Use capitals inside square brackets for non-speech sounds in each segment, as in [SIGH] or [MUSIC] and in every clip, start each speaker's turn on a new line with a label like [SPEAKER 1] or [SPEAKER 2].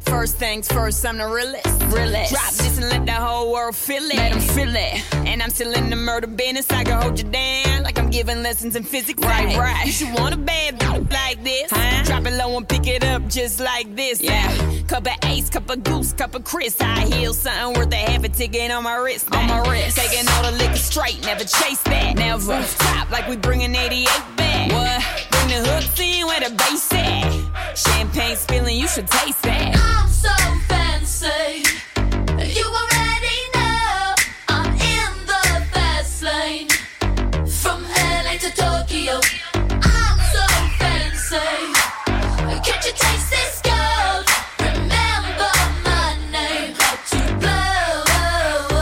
[SPEAKER 1] First things first, I'm the realest. realest. Drop this and let the whole world feel it. Let 'em feel it. And I'm still in the murder business. I can hold you down like I'm giving lessons in physics. Right, right. You should want a bad bitch like this. Drop it low and pick it up just like this. Yeah. Cup of ace, cup of goose, cup of Chris. I heal something worth a half a ticket on my wrist. On my wrist. Taking all the liquor straight, never chase that. Never. Top like we bringing 88 back. What? Bring the hooks in where the bass at. Champagne spilling, you should taste that.
[SPEAKER 2] I'm so fancy. You already know I'm in the fast lane. From LA to Tokyo, I'm so fancy. Can't you taste this gold? Remember my name, how to oh, blow.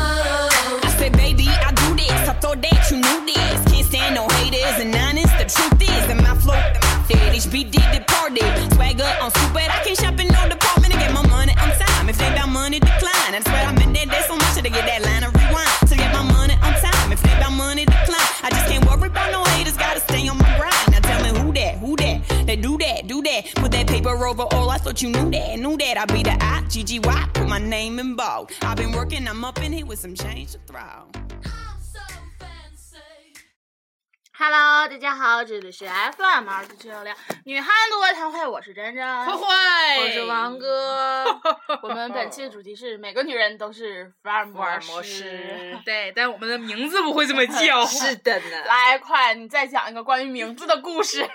[SPEAKER 1] I said, baby, I do this. I thought that you knew this. Can't stand no haters and honest. The truth is that my flow, that HBD departed. Swagger on super. I can't shop in no department and get my money on time. If they about money, decline. That's what I meant that day so much that I get that line of rewind. To get my money on time. If they about money, decline. I just can't worry about no haters. Gotta stay on my grind. Now tell me who that, who that. They do that, do that. Put that paper over all. I thought you knew that, knew that. I be the I, GGY, put my name in bold. I've been working, I'm up in here with some change to throw.
[SPEAKER 2] I'm so fancy.
[SPEAKER 3] Hello，大家好，这里是 FM 二四七六六女汉子座谈会，我是珍珍，
[SPEAKER 4] 慧慧，
[SPEAKER 3] 我是王哥。我们本期的主题是每个女人都是福尔
[SPEAKER 4] 福尔摩
[SPEAKER 3] 摩
[SPEAKER 4] 斯，对，但我们的名字不会这 [LAUGHS] 么叫。是的呢。
[SPEAKER 3] 来，快，你再讲一个关于名字的故事。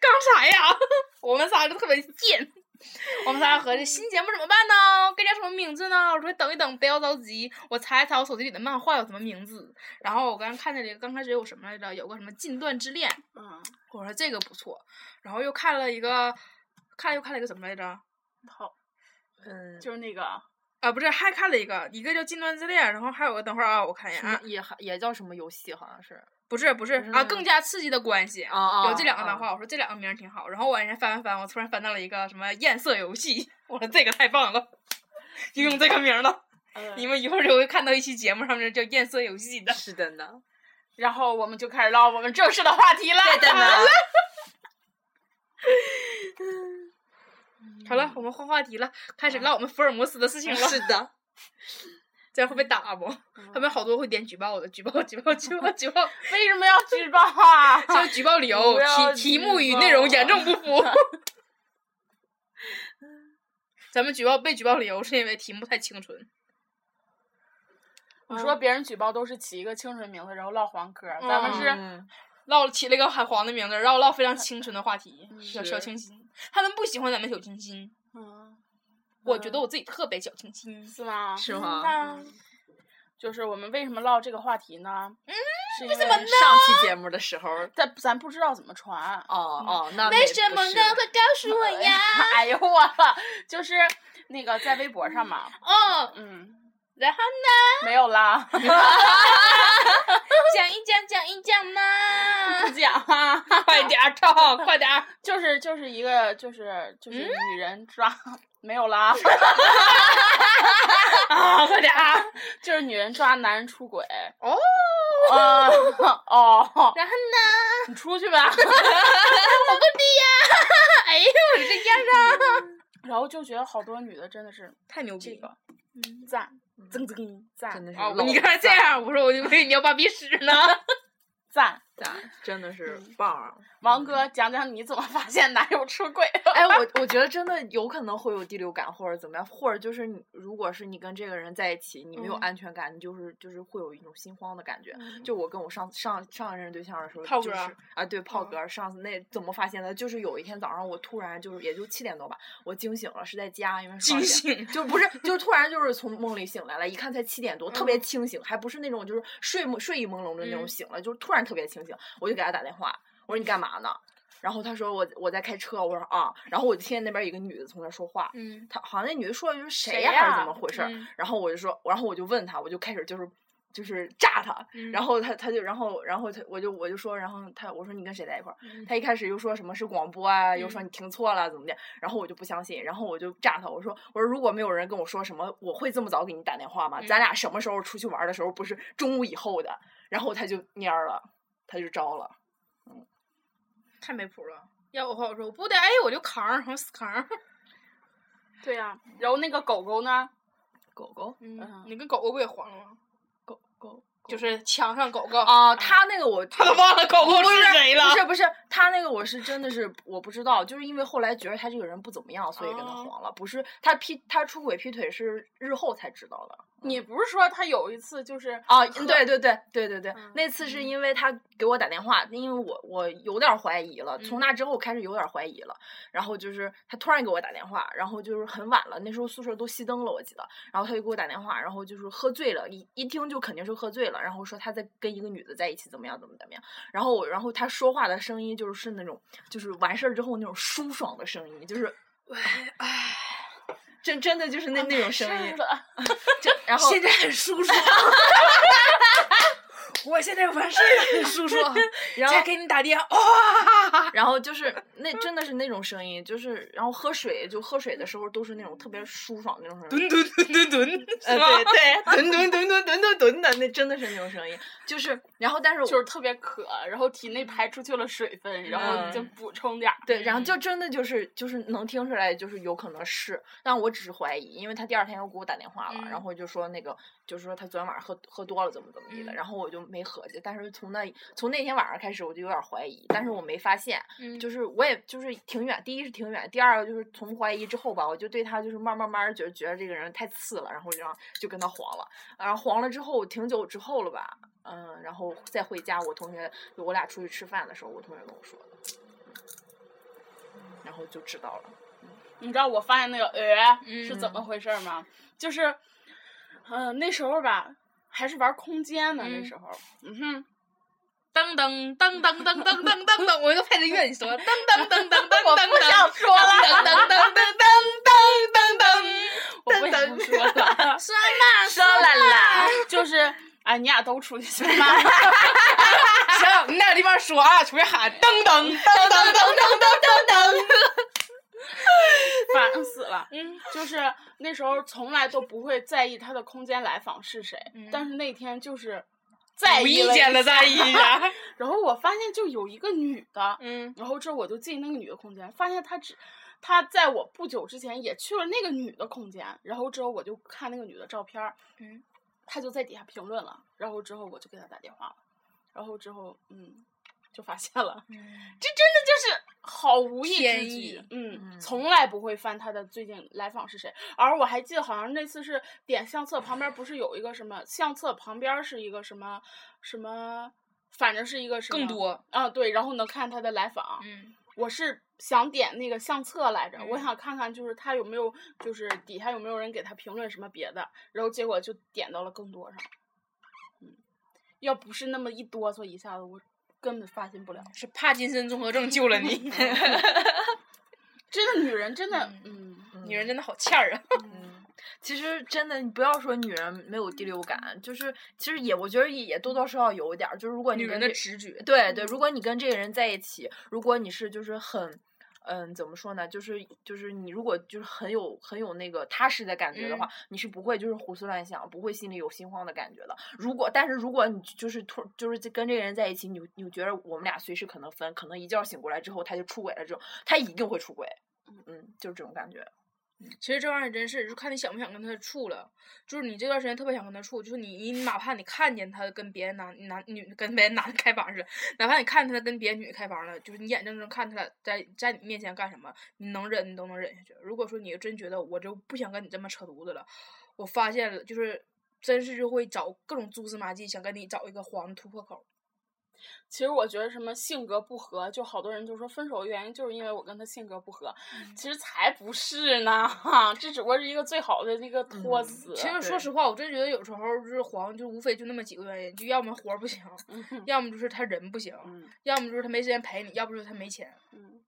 [SPEAKER 4] 刚才呀， [LAUGHS] 我们仨就特别贱，我们仨合计新节目怎么办呢？该叫什么名字呢？我说等一等，不要着急，我查一查我手机里的漫画有什么名字。然后我刚看见了一个，刚开始有什么来着？有个什么《禁断之恋》，
[SPEAKER 3] 嗯，
[SPEAKER 4] 我说这个不错。然后又看了一个，看又看了一个什么来着？
[SPEAKER 3] 好，
[SPEAKER 4] 嗯，
[SPEAKER 3] 就是那个
[SPEAKER 4] 啊，不是，还看了一个，一个叫《禁断之恋》，然后还有个，等会儿啊，我看一眼啊，
[SPEAKER 5] 也也叫什么游戏，好像是
[SPEAKER 4] 不是不是
[SPEAKER 5] 不是
[SPEAKER 4] 啊，
[SPEAKER 5] 那
[SPEAKER 4] 更
[SPEAKER 5] 个
[SPEAKER 4] 加刺激的关系
[SPEAKER 5] 啊啊
[SPEAKER 4] 有这两个漫
[SPEAKER 5] 啊
[SPEAKER 4] 画，我说这两个名儿挺好。然后我往前翻翻翻，我突然翻到了一个什么艳色游戏，我说这个太棒了，就用这个名儿了。
[SPEAKER 5] 嗯
[SPEAKER 3] 呃
[SPEAKER 4] 你们一会儿就会看到一期节目上面叫艳色游戏的。
[SPEAKER 5] 是的呢。
[SPEAKER 3] 然后我们就开始唠我们正式的话题了。
[SPEAKER 5] 对的呢。 [LAUGHS]
[SPEAKER 4] 好了，我们换话题了，开始唠我们福尔摩斯的事情了。
[SPEAKER 5] 是的，嗯
[SPEAKER 4] 这样会被打不？他们好多会点举报的，举报举报举报举报，
[SPEAKER 3] [LAUGHS] 为什么要举报啊？
[SPEAKER 4] [LAUGHS] 就举报理由
[SPEAKER 3] 不要，
[SPEAKER 4] 题
[SPEAKER 3] 举
[SPEAKER 4] 题目与
[SPEAKER 3] 报
[SPEAKER 4] 内容严重不 [LAUGHS] 符。咱们举报被举报理由是因为题目太清纯。
[SPEAKER 3] 我说别人举报都是起一个清纯名字，然后唠黄嗑儿，咱们是
[SPEAKER 5] 嗯
[SPEAKER 4] 唠了起了一个海皇的名字，然后唠非常清纯的话 [LAUGHS] 题，小
[SPEAKER 5] 是
[SPEAKER 4] 小清新。他们不喜欢咱们小清新，
[SPEAKER 3] 嗯，
[SPEAKER 4] 我觉得我自己特别小清新。
[SPEAKER 3] 是吗？
[SPEAKER 5] 是吗？
[SPEAKER 3] 那就是我们为什么唠这个话题呢？嗯，是因为
[SPEAKER 5] 上期节目的时候，哦
[SPEAKER 3] 咱咱不知道怎么传。
[SPEAKER 5] 哦，那
[SPEAKER 4] 为
[SPEAKER 5] 没
[SPEAKER 4] 什
[SPEAKER 5] 不
[SPEAKER 4] 么
[SPEAKER 5] 是
[SPEAKER 4] 呢？快告诉我呀！
[SPEAKER 3] 哎呦我了，就是那个在微博上嘛，
[SPEAKER 4] [LAUGHS] 哦，
[SPEAKER 3] 嗯，
[SPEAKER 4] 然后呢？
[SPEAKER 3] 没有啦，
[SPEAKER 4] 讲一讲，讲一讲
[SPEAKER 3] 不
[SPEAKER 4] 嘛！
[SPEAKER 3] 讲啊，
[SPEAKER 4] 快点儿，赵，快点儿！
[SPEAKER 3] [LAUGHS]
[SPEAKER 4] 嗯
[SPEAKER 3] 就是就是一个就是就是女人抓，没有啦，
[SPEAKER 4] [LAUGHS] 啊，快点儿！
[SPEAKER 3] [LAUGHS] 就是女人抓男人出轨。
[SPEAKER 4] 哦，
[SPEAKER 3] 啊哦，
[SPEAKER 4] 然后呢？
[SPEAKER 3] 你出
[SPEAKER 4] [LAUGHS]
[SPEAKER 3] 去吧。
[SPEAKER 4] 我不
[SPEAKER 3] [LAUGHS]
[SPEAKER 4] 的呀！哎呦，我这样啊！
[SPEAKER 3] 然后就觉得好多女的真的是
[SPEAKER 4] 太牛
[SPEAKER 3] 这
[SPEAKER 4] 逼了！嗯
[SPEAKER 3] 个嗯赞，增增赞，哦
[SPEAKER 5] 真的是
[SPEAKER 4] 啊！
[SPEAKER 5] 老
[SPEAKER 4] 你刚才这样，我说 [LAUGHS] 我就以为你要把鼻屎 [LAUGHS] 呢。
[SPEAKER 3] 赞。
[SPEAKER 5] 赞，真的是棒啊儿。
[SPEAKER 3] 王哥，讲讲你怎么发现男友出轨的？
[SPEAKER 5] 哎，我我觉得真的有可能会有第六感，或者怎么样，或者就是你，如果是你跟这个人在一起，你没有
[SPEAKER 3] 嗯
[SPEAKER 5] 安全感，你就是就是会有一种心慌的感觉。
[SPEAKER 4] 嗯
[SPEAKER 5] 就我跟我上上上一任对象的时候，
[SPEAKER 4] 炮
[SPEAKER 5] 就
[SPEAKER 4] 哥
[SPEAKER 5] 是啊，对炮
[SPEAKER 3] 嗯
[SPEAKER 5] 哥，上次那怎么发现的？就是有一天早上，我突然就是也就七点多吧，我惊醒了，是在家，因为
[SPEAKER 4] 惊
[SPEAKER 5] 爽点
[SPEAKER 4] 醒
[SPEAKER 5] 就不是就是突然就是从梦里醒来了，一看才七点多，特别清醒，还不是那种就是睡梦睡意朦胧的那种
[SPEAKER 4] 嗯
[SPEAKER 5] 醒了，就是突然特别清醒，我就给他打电话，我说你干嘛呢？然后他说我我在开车，我说啊，然后我就听见那边有一个女的从那说话，
[SPEAKER 4] 嗯，
[SPEAKER 5] 她好像那女的说的就是
[SPEAKER 3] 谁
[SPEAKER 5] 谁呀、还
[SPEAKER 3] 呀
[SPEAKER 5] 是怎么回事儿？
[SPEAKER 4] 嗯
[SPEAKER 5] 然后我就说，然后我就问他，我就开始就是就是炸他，
[SPEAKER 4] 嗯
[SPEAKER 5] 然后他他就然后然后他我就我就说，然后他我说你跟谁在一块儿？他一开始又说什么是广播啊，又说你听错了怎么的，然后我就不相信，然后我就炸他，我说我说如果没有人跟我说什么，我会这么早给你打电话吗？咱
[SPEAKER 4] 嗯
[SPEAKER 5] 俩什么时候出去玩儿的时候不是中午以后的？然后他就蔫儿了，他就招了。嗯
[SPEAKER 4] 太没谱了。要我的话，我说我不得，哎，我就扛，然后死扛。对呀、
[SPEAKER 3] [LAUGHS]
[SPEAKER 4] 然后那个狗狗呢？
[SPEAKER 5] 狗狗，
[SPEAKER 4] 嗯，
[SPEAKER 5] 嗯，
[SPEAKER 4] 你跟狗狗不也黄了吗？
[SPEAKER 5] 狗狗
[SPEAKER 4] 就是墙上狗狗
[SPEAKER 5] 啊，他那个我
[SPEAKER 4] 他都忘了狗狗是谁了
[SPEAKER 5] 不。是不是，他那个我是真的是我不知道，就是因为后来觉得他这个人不怎么样，所以跟他
[SPEAKER 4] 哦
[SPEAKER 5] 黄了。不是他劈他出轨劈腿是日后才知道的。
[SPEAKER 4] 你不是说他有一次就是
[SPEAKER 5] 啊，
[SPEAKER 4] 喝
[SPEAKER 5] 对对对对对对
[SPEAKER 4] 嗯，
[SPEAKER 5] 那次是因为他给我打电话，因为我我有点儿怀疑了，
[SPEAKER 4] 嗯
[SPEAKER 5] 从那之后开始有点儿怀疑了。然后就是他突然给我打电话，然后就是很晚了，那时候宿舍都熄灯了，我记得。然后他就给我打电话，然后就是喝醉了，一一听就肯定是喝醉了，然后说他在跟一个女的在一起，怎么样怎么怎么样。然后我，然后他说话的声音就是是那种就是完事儿之后那种舒爽的声音，就是真真的
[SPEAKER 4] 啊
[SPEAKER 5] 就是那那种声音。
[SPEAKER 4] 了，
[SPEAKER 5] 就 [LAUGHS] 然后
[SPEAKER 4] 在很舒爽。我现在完事很舒爽，
[SPEAKER 5] [LAUGHS] 然后
[SPEAKER 4] 给你打电话，哇！
[SPEAKER 5] [LAUGHS] 然后就是那真的是那种声音，就是然后喝水就喝水的时候都是那种特别舒爽的那种声音， [LAUGHS]
[SPEAKER 4] 吨吨吨吨吨，
[SPEAKER 5] 呃
[SPEAKER 4] 是吗
[SPEAKER 5] 对对， [LAUGHS] 吨吨吨吨吨吨吨的，那真的是那种声音，就是然后但是我
[SPEAKER 3] 就是特别渴，然后体内排出去了水分，然
[SPEAKER 4] 嗯
[SPEAKER 3] 后你就补充点儿。
[SPEAKER 5] 对，然后就真的就是就是能听出来，就是有可能是，但我只是怀疑，因为他第二天又给我打电话了，然
[SPEAKER 4] 嗯
[SPEAKER 5] 后就说那个就是说他昨天晚上喝喝多了，怎么怎么地的，然后我就没合计，但是从那从那天晚上开始我就有点怀疑，但是我没发现，
[SPEAKER 4] 嗯
[SPEAKER 5] 就是我也就是挺远，第一是挺远，第二个就是从怀疑之后吧，我就对他就是慢慢慢觉得觉得这个人太次了，然后就让就跟他黄了，然后黄了之后挺久之后了吧，嗯，然后再回家，我同学就我俩出去吃饭的时候，我同学跟我说的，然后就知道了。
[SPEAKER 3] 你知道我发现那个呃
[SPEAKER 4] 嗯
[SPEAKER 3] 是怎么回事儿吗？就是，呃，那时候吧，还是玩空间呢，
[SPEAKER 4] 嗯
[SPEAKER 3] 那时候，嗯哼，
[SPEAKER 4] 噔噔噔噔噔噔噔噔噔，我就配着乐你说，噔噔噔噔噔噔噔，我不想说了，噔噔噔噔噔噔
[SPEAKER 3] 我不想说 [LAUGHS] 了，
[SPEAKER 4] 噔，说啦
[SPEAKER 5] 说啦啦，
[SPEAKER 3] 就是。哎，你俩都出去 [LAUGHS] 行吗？
[SPEAKER 4] 行，你那个地方说啊，出去喊噔噔噔噔噔噔噔噔噔，
[SPEAKER 3] [LAUGHS] 烦死了。
[SPEAKER 4] 嗯
[SPEAKER 3] 就是那时候从来都不会在意他的空间来访是谁，
[SPEAKER 4] 嗯
[SPEAKER 3] 但是那天就是在
[SPEAKER 4] 无
[SPEAKER 3] 意
[SPEAKER 4] 意
[SPEAKER 3] 了一
[SPEAKER 4] 间的
[SPEAKER 3] 下
[SPEAKER 4] 在意一下，
[SPEAKER 3] 然后我发现就有一个女的，
[SPEAKER 4] 嗯
[SPEAKER 3] 然后这我就进那个女的空间，发现她只她在我不久之前也去了那个女的空间，然后之后我就看那个女的照片，
[SPEAKER 4] 嗯，
[SPEAKER 3] 她就在底下评论了，然后之后我就给她打电话了，然后之后嗯就发现了， [LAUGHS] 这真的就是好无意之
[SPEAKER 4] 嗯天
[SPEAKER 3] 举
[SPEAKER 4] 意，
[SPEAKER 3] 嗯，
[SPEAKER 5] 嗯
[SPEAKER 3] 从来不会翻他的最近来访是谁。而我还记得，好像那次是点相册旁边不是有一个什么相册旁边是一个什么什么，反正是一个什么
[SPEAKER 4] 更多
[SPEAKER 3] 啊，对，然后能看他的来访。
[SPEAKER 4] 嗯
[SPEAKER 3] 我是想点那个相册来着，我
[SPEAKER 4] 嗯
[SPEAKER 3] 想看看就是他有没有就是底下有没有人给他评论什么别的，然后结果就点到了更多上。嗯，要不是那么一哆嗦一下子，我根本发现不了。
[SPEAKER 4] 是帕金森综合症救了你，
[SPEAKER 3] 真的，女人真的，嗯，
[SPEAKER 4] 女人真的好欠儿啊，
[SPEAKER 5] 嗯，其实真的，你不要说女人没有第六感，就是其实也我觉得也也多多少少有一点儿，就是如果你
[SPEAKER 4] 女人
[SPEAKER 5] 跟
[SPEAKER 4] 的
[SPEAKER 5] 这
[SPEAKER 4] 直觉，
[SPEAKER 5] 对对，如果你跟这个人在一起，如果你是就是很。嗯，怎么说呢？就是就是你如果就是很有很有那个踏实的感觉的话，你是不会就是胡思乱想，不会心里有心慌的感觉的。如果但是如果你就是突就是跟这个人在一起，你你觉得我们俩随时可能分，可能一觉醒过来之后他就出轨了，之后他一定会出轨。嗯，就是这种感觉。
[SPEAKER 4] 其实这玩意儿真是，就看你想不想跟他处了。就是你这段时间特别想跟他处，就是你你哪怕你看见他跟别人男男女跟别人男的开房似的，哪怕你看见他跟别人女的开房了，就是你眼睁睁看他俩在在你面前干什么，你能忍你都能忍下去。如果说你真觉得我就不想跟你这么扯犊子了，我发现了就是真是就会找各种蛛丝马迹，想跟你找一个黄的突破口。
[SPEAKER 3] 其实我觉得什么性格不合，就好多人就说分手的原因就是因为我跟他性格不合，其实才不是呢，哈，这只不过是一个最好的那个托
[SPEAKER 5] 嗯
[SPEAKER 3] 词。
[SPEAKER 4] 其实说
[SPEAKER 5] 对
[SPEAKER 4] 实话，我真觉得有时候就是黄，就无非就那么几个原因，就要么活儿不行，
[SPEAKER 3] 嗯
[SPEAKER 4] [LAUGHS] 要么就是他人不行，
[SPEAKER 3] 嗯
[SPEAKER 4] 要么就是他没时间陪你，要不就是他没钱。
[SPEAKER 3] 嗯，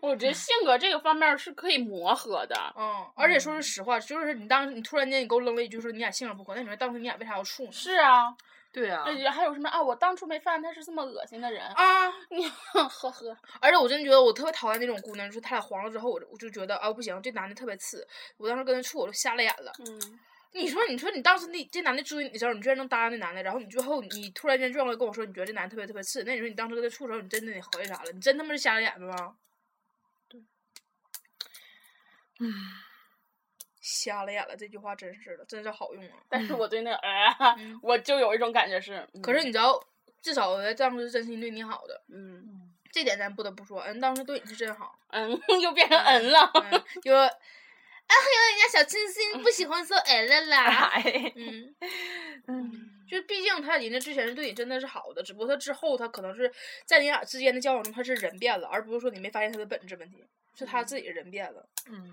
[SPEAKER 3] 我觉得性格这个方面是可以磨合的。
[SPEAKER 4] 嗯，而且说是实话，就是你当时你突然间你给我扔了一句说你俩性格不合，那你说当时你俩为啥要处呢？
[SPEAKER 3] 是啊，
[SPEAKER 5] 对啊，
[SPEAKER 3] 那还有什么啊？我当初没发现他是这么恶心的人， [LAUGHS]
[SPEAKER 4] 啊！
[SPEAKER 3] 你呵呵，嗯
[SPEAKER 4] 而且我真觉得我特别讨厌那种姑娘，就是她俩黄了之后，我就我就觉得啊不行，这男的特别次。我当时跟他处，我都瞎了眼了。
[SPEAKER 3] 嗯，
[SPEAKER 4] 你说，你说你当时那这男的追你的时候，你居然能搭上那男的，然后你最后你突然间转过来跟我说，你觉得这男的特别特别次，那你说你当时跟他处的时候，你真的你合计啥了？你真他妈是瞎了眼子吗？瞎了眼了，这句话真是的，真是好用啊！
[SPEAKER 3] 但是我对那个呃
[SPEAKER 4] 嗯，
[SPEAKER 3] [LAUGHS] 我就有一种感觉是，
[SPEAKER 4] 可是你知道，至少我觉得丈夫是真心对你好的，
[SPEAKER 3] 嗯
[SPEAKER 4] 这点咱不得不说，嗯，当时对你是真好。
[SPEAKER 3] 嗯， [LAUGHS] 又变成嗯了，
[SPEAKER 4] 嗯，就说，哎呦，人家小清新不喜欢说 L 了啦。
[SPEAKER 5] 哎
[SPEAKER 4] 嗯，就毕竟他人家之前是对你真的是好的，只不过他之后他可能是在你俩之间的交往中他是人变了，而不是说你没发现他的本质问题，是他自己人变了。
[SPEAKER 5] 嗯，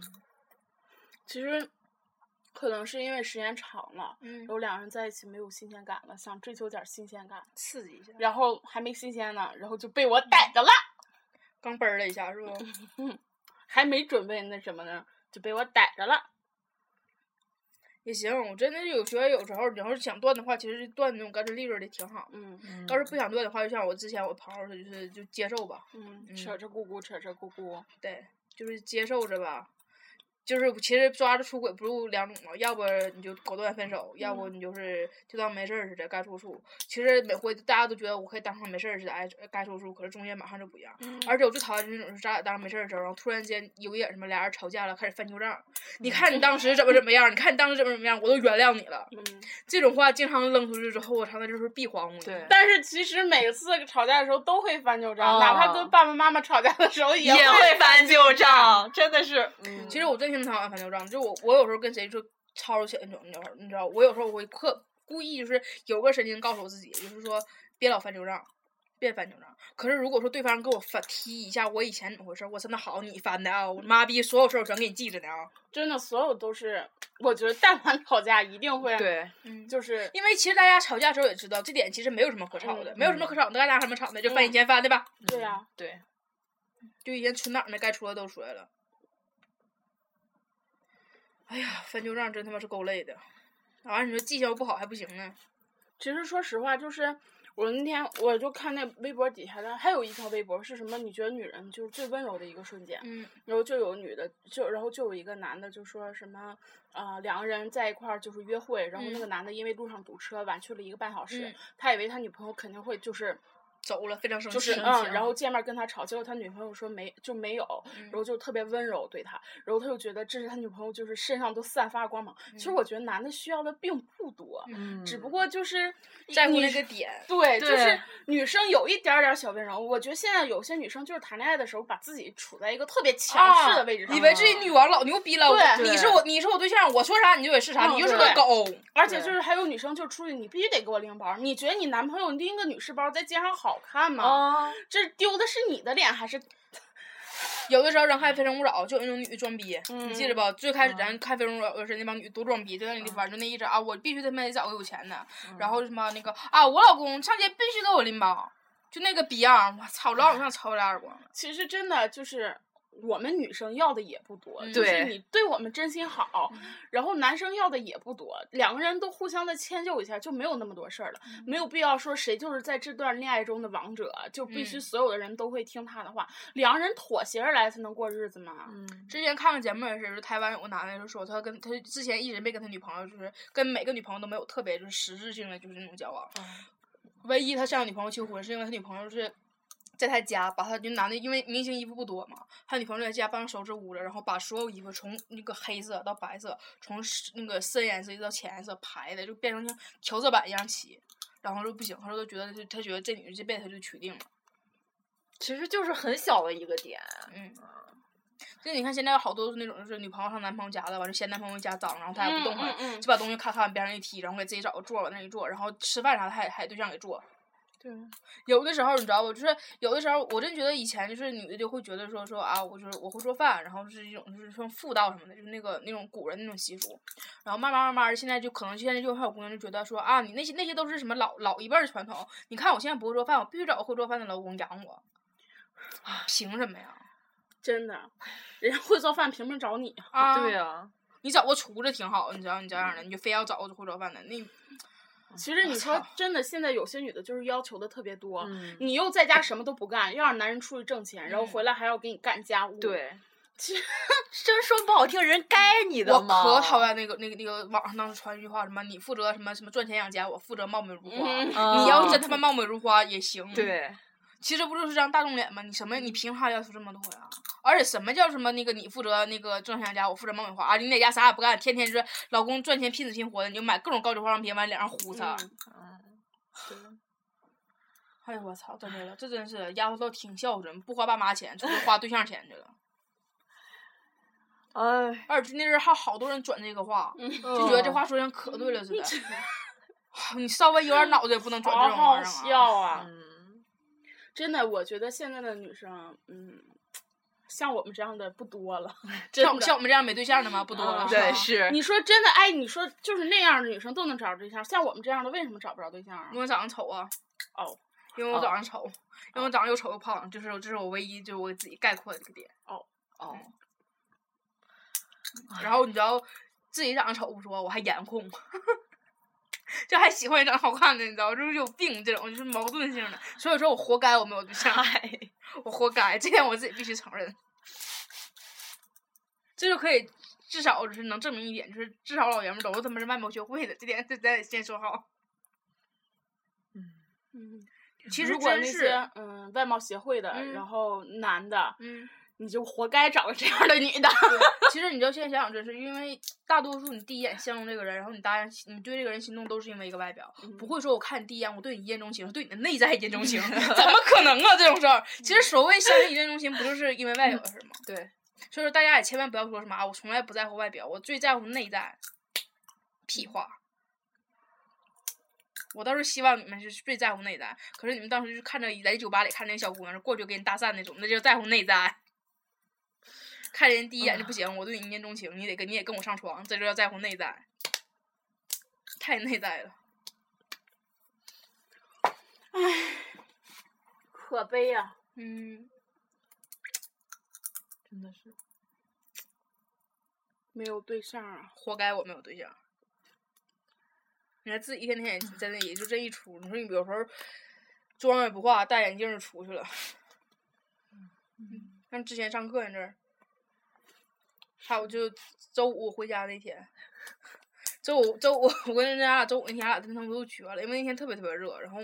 [SPEAKER 3] 其实可能是因为时间长了，
[SPEAKER 4] 嗯
[SPEAKER 3] 然，后两人在一起没有新鲜感了，想追求点儿新鲜感，
[SPEAKER 4] 刺激一下，
[SPEAKER 3] 然后还没新鲜呢，然后就被我逮着了，
[SPEAKER 4] 刚嘣儿了一下是不？
[SPEAKER 3] 还没准备那什么呢，就被我逮着了。
[SPEAKER 4] 也行，我真的有觉得有时候你要是想断的话，其实断那种干脆利索的挺好。
[SPEAKER 3] 嗯
[SPEAKER 4] 要是不想断的话，就像我之前我朋友说，就是就接受吧，
[SPEAKER 3] 嗯，扯扯咕咕，扯扯咕咕，
[SPEAKER 4] 对，就是接受着吧。就是其实抓着出轨不就两种嘛，要不你就果断分手，要不你就是就当没事儿似的该处处。其实每回大家都觉得我可以当成没事儿似的，哎该处处，可是中间马上就不一样。而且我最讨厌那种是咱俩当没事儿的时候，然后突然间有一点什么俩人吵架了，开始翻旧账。你看你当时怎么怎么样，你看你当时怎么怎么样，我都原谅你了。
[SPEAKER 3] 嗯。
[SPEAKER 4] 这种话经常扔出去之后，我常常就是必黄我。
[SPEAKER 5] 对
[SPEAKER 3] 但是其实每次吵架的时候都会翻旧账，哪怕
[SPEAKER 5] 哦
[SPEAKER 3] 跟爸爸妈妈吵架的时候也
[SPEAKER 5] [LAUGHS] 也会翻旧账，真的是，嗯
[SPEAKER 4] 其实我真挺讨厌翻旧账，就是我我有时候跟谁就吵吵起来那种，你知道你知道，我有时候我会刻故意就是有个神经告诉我自己，就是说别老翻旧账，别翻旧账。可是如果说对方跟我翻提一下我以前怎么回事儿，我真的好你翻的啊，我妈逼所有事儿我全给你记着呢啊。
[SPEAKER 3] 真的所有都是，我觉得但凡吵架一定会，
[SPEAKER 5] 对，
[SPEAKER 4] 嗯
[SPEAKER 3] 就是
[SPEAKER 4] 因为其实大家吵架的时候也知道，这点其实没有什么可吵的，没有什么可吵的，该拿什么吵的就翻以前翻的吧，
[SPEAKER 3] 对呀、
[SPEAKER 5] 对，
[SPEAKER 4] 就以前存档的该出的都出来了。哎呀，翻旧账真他妈是够累的，完、了你说记性又不好还不行呢。
[SPEAKER 3] 其实说实话，就是我那天我就看那微博底下的，还有一条微博是什么？你觉得女人就是最温柔的一个瞬间？
[SPEAKER 4] 嗯，
[SPEAKER 3] 然后就有女的，就然后就有一个男的就说什么，呃，两个人在一块儿就是约会，然后那
[SPEAKER 4] 嗯
[SPEAKER 3] 个男的因为路上堵车晚去了一个半小时，
[SPEAKER 4] 嗯
[SPEAKER 3] 他以为他女朋友肯定会就是
[SPEAKER 4] 走了，非常生气。
[SPEAKER 3] 就是
[SPEAKER 4] 生气
[SPEAKER 3] 嗯，
[SPEAKER 4] 啊
[SPEAKER 3] 然后见面跟他吵，结果他女朋友说没就没有，
[SPEAKER 4] 嗯
[SPEAKER 3] 然后就特别温柔对他，然后他就觉得这是他女朋友就是身上都散发光芒。其
[SPEAKER 4] 嗯
[SPEAKER 3] 实我觉得男的需要的并不多，
[SPEAKER 5] 嗯
[SPEAKER 3] 只不过就是
[SPEAKER 4] 在乎
[SPEAKER 3] 你
[SPEAKER 4] 那个点，
[SPEAKER 3] 对，就是
[SPEAKER 5] 对
[SPEAKER 3] 女生有一点儿点儿小温柔。我觉得现在有些女生就是谈恋爱的时候，把自己处在一个特别强势的位置上，嗯
[SPEAKER 4] 啊以为自己女王老牛逼了，我
[SPEAKER 3] 对
[SPEAKER 4] 你是我，你是我对象，我说啥你就得是啥，
[SPEAKER 3] 嗯
[SPEAKER 4] 你就是
[SPEAKER 3] 对
[SPEAKER 4] 个狗。
[SPEAKER 3] 而且就是还有女生就出去，你必须得给我拎包。你觉得你男朋友拎个女士包在街上好看吗？
[SPEAKER 5] 啊，
[SPEAKER 3] 这丢的是你的脸还是？
[SPEAKER 4] 有的时候人看《非诚勿扰》，就有那种女的装逼，
[SPEAKER 3] 嗯嗯
[SPEAKER 4] 你记着吧？最开始咱看《非诚勿扰》的时候，那帮女的都装逼，就在那里玩，就那意思啊，我必须他妈得找个有钱的，然后什么那个啊，我老公上街必须给我拎包，就那个逼样，我操，老想
[SPEAKER 3] 嗯
[SPEAKER 4] 上抽俩耳光了。
[SPEAKER 3] 其实真的就是我们女生要的也不多，
[SPEAKER 4] 嗯
[SPEAKER 3] 就是
[SPEAKER 5] 对
[SPEAKER 3] 你对我们真心好，然后男生要的也不多，两个人都互相的迁就一下，就没有那么多事儿了，没有必要说谁就是在这段恋爱中的王者，就必须
[SPEAKER 4] 嗯
[SPEAKER 3] 所有的人都会听他的话，两个人妥协着来才能过日子嘛。
[SPEAKER 5] 嗯
[SPEAKER 4] 之前看个节目也是，就台湾有个男的就说他跟他之前一直没跟他女朋友，就是跟每个女朋友都没有特别就是实质性的就是那种交往。唯一他向女朋友求婚，是因为他女朋友是在他家把他就男的，因为明星衣服不多嘛，他女朋友在家帮他收拾屋子，然后把所有衣服从那个黑色到白色，从深那个深颜色一直到浅颜色排的，就变成像调色板一样齐。然后就不行，他说觉得他他觉得这女的这辈子他就娶定了。
[SPEAKER 5] 其实就是很小的一个点，
[SPEAKER 4] 嗯， [LAUGHS] 就你看现在有好多那种就是女朋友上男朋友家了，完就嫌男朋友家脏，然后他也不动啊弹，
[SPEAKER 3] 嗯
[SPEAKER 4] 就把东西咔咔往边上一踢，然后给自己找个座儿往那一坐，然后吃饭啥的还还对象给做。
[SPEAKER 3] 对，啊
[SPEAKER 4] 有的时候你知道不？就是有的时候，我真觉得以前就是女的就会觉得说说啊，我就是我会做饭，然后是一种就是像妇道什么的，就是那个那种古人那种习俗。然后慢慢慢慢，现在就可能现在就还有姑娘就觉得说啊，你那些那些都是什么老老一辈儿的传统。你看我现在不会做饭，我必须找个会做饭的老公养我， [SIGHS] 凭什么呀？
[SPEAKER 3] 真的，人家会做饭凭什么找你啊？
[SPEAKER 4] 啊，
[SPEAKER 5] 对呀，
[SPEAKER 4] 你找个厨子挺好，你知道你这样的，你就非要找个会做饭的，那
[SPEAKER 3] 其实你说真的，现在有些女的就是要求的特别多，
[SPEAKER 5] 嗯
[SPEAKER 3] 你又在家什么都不干，要让男人出去挣钱，然后回来还要给你干家务。，
[SPEAKER 5] 对，
[SPEAKER 3] 其实
[SPEAKER 5] 真说不好听，人该你的
[SPEAKER 4] 我
[SPEAKER 5] 吗？
[SPEAKER 4] 可讨厌那个那个那个网上当时传一句话，什么你负责什么什么赚钱养家，我负责貌美如花。
[SPEAKER 3] 嗯
[SPEAKER 5] 嗯，
[SPEAKER 4] 你要真他妈貌美如花也行。，
[SPEAKER 5] 对，
[SPEAKER 4] 其实不就是张大众脸吗？你什么？你凭啥要求这么多呀？而且什么叫什么那个你负责那个郑想家，我负责爆米花啊？你在家啥也不干，天天就是老公赚钱拼死拼活的，你就买各种高级化妆品往脸上糊擦。
[SPEAKER 3] 嗯
[SPEAKER 4] 哎呦我操！真的了，这真是丫头倒挺孝顺，不花爸妈钱，就是花对象钱去了。
[SPEAKER 5] 哎，
[SPEAKER 4] 而且那阵儿还好多人转这个话，
[SPEAKER 3] 嗯
[SPEAKER 4] 就觉得
[SPEAKER 5] 嗯
[SPEAKER 4] 这话说像可对了似的。 [LAUGHS] 你稍微有点脑子也不能转
[SPEAKER 3] 好
[SPEAKER 4] 这种玩
[SPEAKER 3] 嗯好
[SPEAKER 4] 意儿啊！
[SPEAKER 3] 笑啊！
[SPEAKER 5] 嗯，
[SPEAKER 3] 真的，我觉得现在的女生，嗯，像我们这样的不多了，
[SPEAKER 4] 像
[SPEAKER 3] 真
[SPEAKER 4] 我
[SPEAKER 3] 的
[SPEAKER 4] 像。我们这样没对象的吗？不多了，
[SPEAKER 3] 啊 [LAUGHS]
[SPEAKER 4] 吧
[SPEAKER 5] 对，是，
[SPEAKER 3] 你说真的，哎，你说就是那样的女生都能找着对象，像我们这样的为什么找不着对象啊
[SPEAKER 4] 因？为我长得丑啊。
[SPEAKER 3] 哦。
[SPEAKER 4] 因为我长得丑，因为我长得又丑又胖，就是这是我唯一就是我自己概括的一个点。
[SPEAKER 3] 哦
[SPEAKER 4] 哦。然后你知道自己长得丑不说，我还颜控， [LAUGHS] 就还喜欢长得好看的，你知道，就是有病这种，就是矛盾性的。所以说我活该我没有对象，我活该，这点我自己必须承认。这就可以至少就是能证明一点，就是至少老爷们儿都他妈是外貌协会的，这点这咱得先说好。
[SPEAKER 3] 嗯，
[SPEAKER 4] 其实
[SPEAKER 3] 如果
[SPEAKER 4] 真
[SPEAKER 3] 那
[SPEAKER 4] 是，
[SPEAKER 3] 些嗯外貌协会的，
[SPEAKER 4] 嗯
[SPEAKER 3] 然后男的，
[SPEAKER 4] 嗯，
[SPEAKER 3] 你就活该找个这样的女的。
[SPEAKER 4] 其实你知道，现在想想，真是因为大多数你第一眼相中这个人，然后你大家你对这个人心动，都是因为一个外表，不会说我看你第一眼我对你一见钟情，是对你的内在一见钟情， [LAUGHS] 怎么可能啊这种事儿？其实所谓相信一见钟情，不就是因为外表的事儿吗？
[SPEAKER 5] 对，
[SPEAKER 4] 所以说大家也千万不要说什么啊，我从来不在乎外表，我最在乎内在，屁话。我倒是希望你们是最在乎内在，可是你们当时就看着在酒吧里看那小姑娘过去给你搭讪那种，那就在乎内在。看人第一眼就不行，我对你一见钟情，你得跟你也跟我上床，这就叫在乎内在，太内在了。
[SPEAKER 3] 可悲啊呀、
[SPEAKER 4] 嗯，
[SPEAKER 5] 真的是，
[SPEAKER 3] 没有对象啊！
[SPEAKER 4] 活该我没有对象。你看自己一天天也在那里就这一出，你说你有时候妆也不化，戴眼镜儿就出去了。嗯， [LAUGHS] 像之前上课那阵儿，还有就周五回家那天，周五周五我跟人家周五那天俺俩他们都瘸了，因为那天特别特别热，然后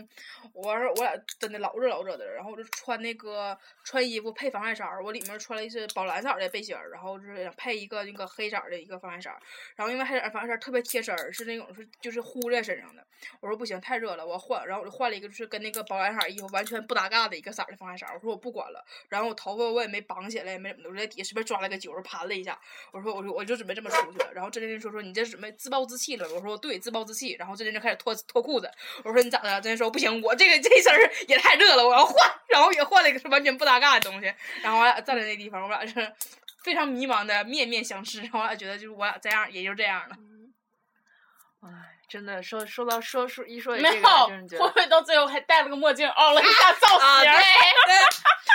[SPEAKER 4] 我完事儿我俩真的老热老热的了，然后我就穿那个穿衣服配防晒衫儿，我里面穿了一身宝蓝色儿的背心儿，然后就是想配一个那个黑色儿的一个防晒衫儿，然后因为黑色儿防晒衫儿特别贴身儿，是那种是就是呼在身上的，我说不行太热了，我要换，然后我就换了一个就是跟那个宝蓝色儿衣服完全不搭嘎的一个色儿的防晒衫儿，我说我不管了，然后我头发我也没绑起来，也没怎么的，我就在底下随便抓了个揪儿盘了一下，我说我说我就准备这么出去了，然后这真真说说你这准备自暴自弃了吧，我说对自暴自弃，然后这真就开始脱脱裤子，我说你咋的了？真说不行，我这个这身儿也太热了，我要换，然后也换了一个完全不搭嘎的东西，然后我俩站在那地方，我俩是非常迷茫的面面相视，然 [LAUGHS] 后我俩觉得就是我俩这样也就这样了。
[SPEAKER 5] 哎，真的说说到说说一说起
[SPEAKER 3] 没
[SPEAKER 5] 这
[SPEAKER 3] 有，
[SPEAKER 5] 个来，真是觉
[SPEAKER 3] 会
[SPEAKER 5] 得
[SPEAKER 3] 不会到最后还戴了个墨镜，凹了一下造型儿？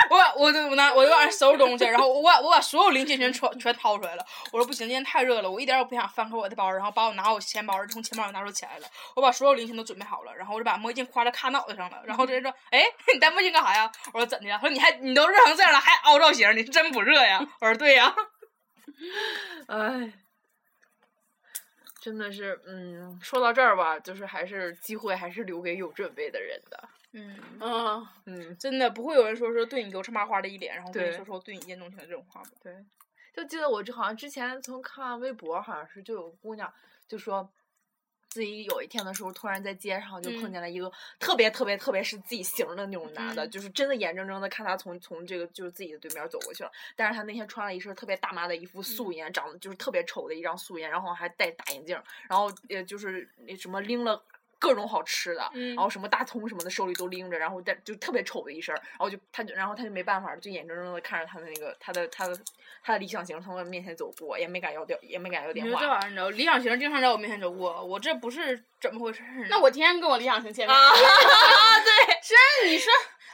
[SPEAKER 4] 我把我就我拿我就往上收拾东西，然后我把我把所有零钱全全全掏出来了。我说不行，今天太热了，我一点儿也不想翻开我的包，然后把我拿我钱包从钱包里拿出钱来了。我把所有零钱都准备好了，然后我就把墨镜挎在卡脑袋上了。然后这人说：“哎， [LAUGHS] 你戴墨镜干啥呀？”我说：“怎的呀？”他说：“你还你都热成这样了，还凹造型，你是真不热呀？”我说：“对呀。
[SPEAKER 5] 哎，真的是，嗯，说到这儿吧，就是还是机会还是留给有准备的人的，”
[SPEAKER 4] 嗯，
[SPEAKER 3] 嗯，
[SPEAKER 5] 嗯，
[SPEAKER 4] [LAUGHS] 真的不会有人说说对你油腔麻花的一脸，然后跟你
[SPEAKER 5] 对
[SPEAKER 4] 说说对你一见钟情的这种话吧。
[SPEAKER 5] 对。就记得我这好像之前从看微博，好像是就有个姑娘就说。自己有一天的时候，突然在街上就碰
[SPEAKER 4] 嗯
[SPEAKER 5] 见了一个特别特别特别是自己型儿的那种男的，
[SPEAKER 4] 嗯
[SPEAKER 5] 就是真的眼睁睁的看他从从这个就是自己的对面走过去了。但是他那天穿了一身特别大妈的一副素
[SPEAKER 4] 嗯
[SPEAKER 5] 颜，长得就是特别丑的一张素颜，然后还戴大眼镜儿，然后也就是那什么拎了。各种好吃的，
[SPEAKER 4] 嗯
[SPEAKER 5] 然后什么大葱什么的手里都拎着，然后但就特别丑的一身儿，然后就他就然后他就没办法，就眼睁睁的看着他的那个他的他的他的理想型从我面前走过，也没敢要电也没敢要电
[SPEAKER 4] 你说这
[SPEAKER 5] 话，
[SPEAKER 4] 玩意儿，你知道，理想型经常在我面前走过，我这不是怎么回事儿呢？
[SPEAKER 3] 那我天天跟我理想型见面，
[SPEAKER 4] 你说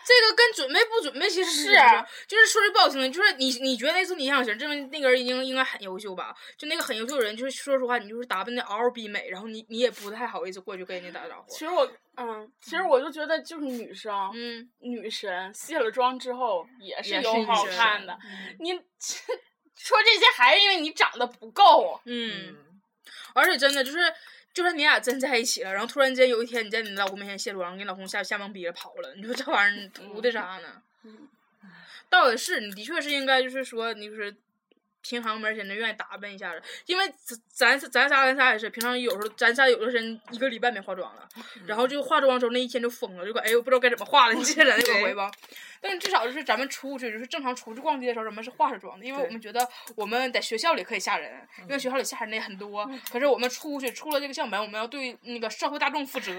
[SPEAKER 4] 这个跟准备不准备其实是，啊 [LAUGHS] 就是说句不好听的，就是你你觉得那是理想型，证明那个人已经应该很优秀吧？就那个很优秀的人，就是说实话，你就是打扮的嗷嗷逼美，然后你你也不太好意思过去跟人家打招呼
[SPEAKER 3] 其。实我，嗯，其实我就觉得就是女生，
[SPEAKER 4] 嗯，
[SPEAKER 3] 女神卸了妆之后也
[SPEAKER 5] 也
[SPEAKER 3] 是嗯
[SPEAKER 5] 是
[SPEAKER 3] 有
[SPEAKER 5] 女
[SPEAKER 3] 好
[SPEAKER 5] 神
[SPEAKER 3] 看的。 [LAUGHS] 你说这些还是因为你长得不够。
[SPEAKER 4] 嗯，而且真的就是，就算你俩真在一起了，然后突然间有一天你在你老公面前卸妆，给你老公吓吓懵逼了跑了，你说这玩意儿图的啥呢？倒也是，你的确是应该就是说，你就是平常没人真愿意打扮一下子，因为咱咱咱仨咱仨也是，平常有时候咱仨有的人一个礼拜没化妆了，然后就化妆之后那一天就疯了，就感哎呦不知道该怎么化了，你记得咱那个回吧？但是至少就是咱们出去就是正常出去逛街的时候，咱们是化着妆的，因为我们觉得我们在学校里可以吓人，因为学校里吓人的也很多，可是我们出去出了这个校门，我们要对那个社会大众负责，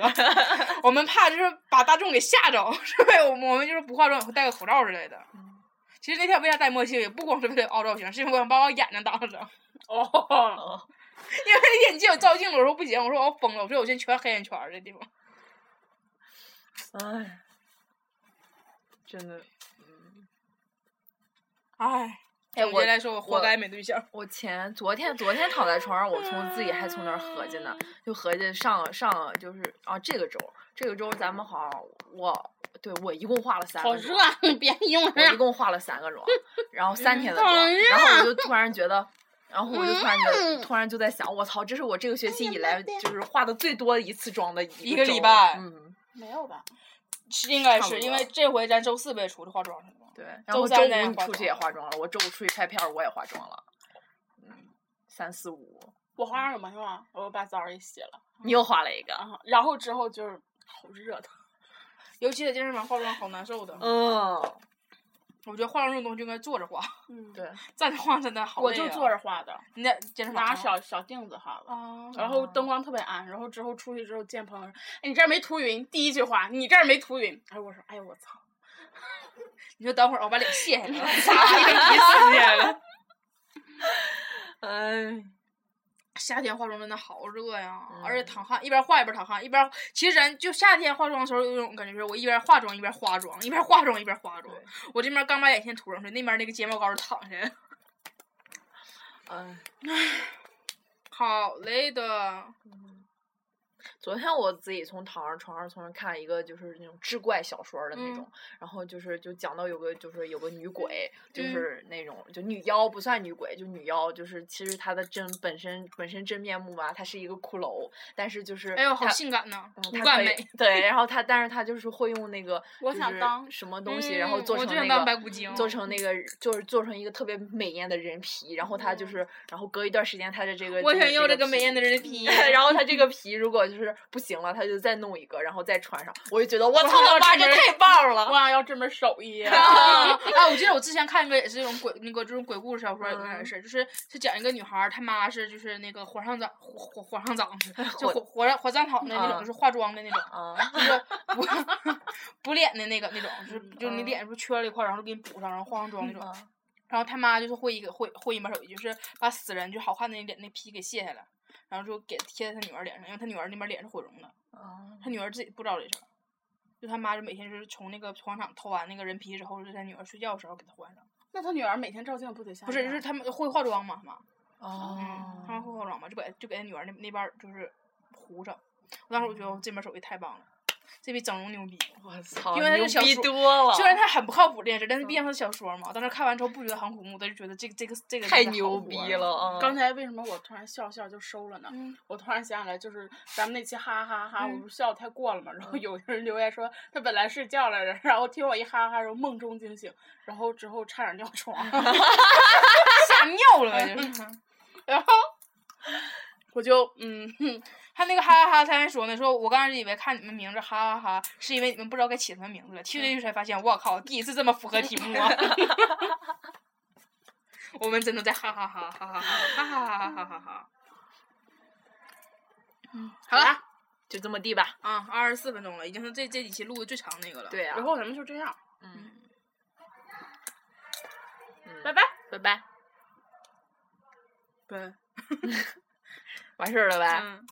[SPEAKER 4] 我们怕就是把大众给吓着， [LAUGHS] 是吧？我们我们就是不化妆也会戴个口罩之类的。其实那天为啥戴墨镜，也不光是为了凹造型，是因为我想把我眼睛挡上。
[SPEAKER 3] 哦，
[SPEAKER 4] [LAUGHS] 因为眼镜有照镜子，我说不行，我说我要疯了，我说我现在全黑眼圈儿这地方。
[SPEAKER 5] 哎，真的，
[SPEAKER 4] 唉，
[SPEAKER 5] 哎
[SPEAKER 4] 总
[SPEAKER 5] 我
[SPEAKER 4] 结来说，我活
[SPEAKER 5] 我
[SPEAKER 4] 该没对象。
[SPEAKER 5] 我前昨天昨天躺在床上，我从自己还从那儿合计呢，就合计上上就是啊这个周这个周咱们好像我对我一共化了三
[SPEAKER 3] 好
[SPEAKER 5] 个妆
[SPEAKER 3] 热，， [LAUGHS] 别用
[SPEAKER 5] 我一
[SPEAKER 3] 了。
[SPEAKER 5] 共化了
[SPEAKER 4] [LAUGHS]
[SPEAKER 5] 三个妆，然后三天的妆
[SPEAKER 3] 好，
[SPEAKER 5] 然后
[SPEAKER 4] 啊
[SPEAKER 5] 我就突然觉得。然后我就突然觉
[SPEAKER 4] 嗯
[SPEAKER 5] 得，突然就在想，我操，这是我这个学期以
[SPEAKER 4] 哎
[SPEAKER 5] 来就是化的最多一次妆的一
[SPEAKER 4] 一个
[SPEAKER 5] 周
[SPEAKER 4] 礼
[SPEAKER 5] 了
[SPEAKER 4] 拜
[SPEAKER 5] 嗯，
[SPEAKER 3] 没有吧？
[SPEAKER 4] 是应该
[SPEAKER 5] 差不
[SPEAKER 4] 是因
[SPEAKER 5] 多
[SPEAKER 4] 为这回咱周四不也出去化妆去了吗？
[SPEAKER 5] 对。然
[SPEAKER 4] 周
[SPEAKER 5] 后周
[SPEAKER 4] 三
[SPEAKER 5] 五
[SPEAKER 4] 咱也
[SPEAKER 5] 你
[SPEAKER 4] 化
[SPEAKER 5] 出去
[SPEAKER 4] 妆
[SPEAKER 5] 也化妆了，我周五出去拍片儿我也化妆了，嗯，三四五，
[SPEAKER 3] 我化妆有毛用啊？我把澡儿也洗了，
[SPEAKER 5] 你又化了一个，
[SPEAKER 3] 然后然后之后就是好热的。
[SPEAKER 4] 尤其在健身房化妆好难受的，
[SPEAKER 5] 嗯，
[SPEAKER 4] 我觉得化妆这种东西就应该坐着化，
[SPEAKER 3] 嗯，
[SPEAKER 5] 对，
[SPEAKER 4] 站着化真的好
[SPEAKER 3] 我
[SPEAKER 4] 累
[SPEAKER 3] 就
[SPEAKER 4] 啊
[SPEAKER 3] 坐，着化的，
[SPEAKER 4] 你在健身房
[SPEAKER 3] 拿
[SPEAKER 4] 吗
[SPEAKER 3] 小小镜子化的。
[SPEAKER 4] 啊，
[SPEAKER 3] 然后灯光特别暗，然后之后出去之后见朋友说：“哎，你这儿没涂匀。”第一句话：“你这儿没涂匀。”哎，我说：“哎呦，我操！
[SPEAKER 4] [LAUGHS] 你就等会儿我把脸卸下来了，啥也别卸下来了。
[SPEAKER 5] 哎，
[SPEAKER 4] 夏天化妆真的好热呀，而
[SPEAKER 5] 嗯
[SPEAKER 4] 且淌汗，一边化一边淌汗，一边其实咱就夏天化妆的时候有一种感觉，就是我一边化妆一边化妆，一边化妆一边化妆
[SPEAKER 5] 对。
[SPEAKER 4] 我这边刚把眼线涂上去，那边那个睫毛膏就淌下来了，
[SPEAKER 5] 嗯，
[SPEAKER 4] 好累的。
[SPEAKER 5] 昨天我自己从躺上床上从那看一个就是那种志怪小说儿的那种，
[SPEAKER 4] 嗯
[SPEAKER 5] 然后就是就讲到有个就是有个女鬼，就
[SPEAKER 4] 嗯
[SPEAKER 5] 是那种就女妖不算女鬼，就女妖就是其实她的真本身本身真面目吧，她是一个骷髅，但是就是
[SPEAKER 4] 哎呦，好
[SPEAKER 5] 她
[SPEAKER 4] 性感呐，
[SPEAKER 5] 嗯，
[SPEAKER 4] 骨
[SPEAKER 5] 他
[SPEAKER 4] 感
[SPEAKER 5] 可以
[SPEAKER 4] 美。
[SPEAKER 5] 对，然后他，但是他就是会用那个，
[SPEAKER 3] 我想当
[SPEAKER 5] 什么东西，然后做
[SPEAKER 4] 嗯我
[SPEAKER 5] 成
[SPEAKER 4] 就想
[SPEAKER 5] 那
[SPEAKER 4] 当
[SPEAKER 5] 个，
[SPEAKER 4] 白骨精，
[SPEAKER 5] 做成那个，就是做成一个特别美艳的人皮，然后他就是，然后隔一段时间他的这个，
[SPEAKER 4] 嗯我
[SPEAKER 5] 就
[SPEAKER 4] 想
[SPEAKER 5] 是
[SPEAKER 4] 要这个美
[SPEAKER 5] 皮
[SPEAKER 4] 艳的。
[SPEAKER 5] [LAUGHS]
[SPEAKER 4] 人皮。
[SPEAKER 5] 然后他这个皮如果就是不行了，他就再弄一个，然后再穿上。我就觉得我操
[SPEAKER 3] 还要
[SPEAKER 5] 他妈
[SPEAKER 3] 专
[SPEAKER 5] 这
[SPEAKER 3] 门
[SPEAKER 5] 太棒
[SPEAKER 3] 我
[SPEAKER 5] 了！
[SPEAKER 3] 想要这门手 [LAUGHS] 艺。
[SPEAKER 4] 啊！啊，我记得我之前看一个也是这种鬼那个这种鬼故事啊小说，有那也是，就是是讲一个女孩儿，她妈是就是那个火上长火火火上长，就火火上火葬场的那种，
[SPEAKER 5] 嗯
[SPEAKER 4] 就是化妆的那种，
[SPEAKER 5] 啊，
[SPEAKER 4] [LAUGHS] 就是补补脸的那个那种，就是就是你脸不是缺了一块儿，然后给你补上，然后化上妆那种。然后他妈就是会一个会会一门手艺，就是把死人就好看的那脸那皮给卸下来，然后就给贴在他女儿脸上，因为他女儿那边脸是毁容的。
[SPEAKER 5] 哦
[SPEAKER 4] 他女儿自己不知道这事儿，就他妈就每天就是从那个广场偷完那个人皮之后，就在女儿睡觉的时候给她换上。
[SPEAKER 3] 那他女儿每天照镜不 [LAUGHS] 得吓？啊
[SPEAKER 4] 不是，就是他们会化妆嘛，他妈，嗯，他
[SPEAKER 5] 哦，
[SPEAKER 4] 们会化妆嘛，就给就给他女儿那那边儿就是糊上。我当时我觉得我这门手艺太棒了，这比整容牛逼。
[SPEAKER 5] 我操，
[SPEAKER 4] 因为他是
[SPEAKER 5] 牛
[SPEAKER 4] 小
[SPEAKER 5] 逼
[SPEAKER 4] 说
[SPEAKER 5] 多了，
[SPEAKER 4] 虽然它很不靠谱这件事，但是毕竟它是小说嘛，我当时看完之后不觉得很恐怖，但是觉得这个这个这个
[SPEAKER 5] 太
[SPEAKER 4] 真的好火
[SPEAKER 5] 牛逼。了啊！
[SPEAKER 3] 刚才为什么我突然笑笑就收了呢？
[SPEAKER 4] 嗯
[SPEAKER 3] 我突然想起来，就是咱们那期哈哈哈，我
[SPEAKER 4] 嗯
[SPEAKER 3] 不是笑得太过了嘛，然后有人留言说他本来睡觉来着，然后听我一哈哈，然后梦中惊醒，然后之后差点尿床，
[SPEAKER 4] 嗯
[SPEAKER 3] [LAUGHS]
[SPEAKER 4] 吓尿了
[SPEAKER 5] 嗯
[SPEAKER 4] 呗，就是。 [LAUGHS]
[SPEAKER 3] 然后我就嗯，哼
[SPEAKER 4] 他那个哈哈哈，他还说呢，说我刚开始以为看你们名字哈哈哈，是因为你们不知道该起什么名字了，听这句才发现，我靠，第一次这么符合题目啊！ [LAUGHS] 我们真的在哈哈哈哈哈哈哈哈哈哈哈哈。嗯，好了，
[SPEAKER 5] 就这么地吧。
[SPEAKER 4] 啊，二十四分钟了，已经是这这几期录的最长那个了。，
[SPEAKER 5] 对啊
[SPEAKER 3] 然，后咱们就这样，
[SPEAKER 5] 嗯，
[SPEAKER 3] 拜拜。
[SPEAKER 5] 拜拜，
[SPEAKER 4] 对，
[SPEAKER 5] 完事儿了呗。
[SPEAKER 4] 嗯。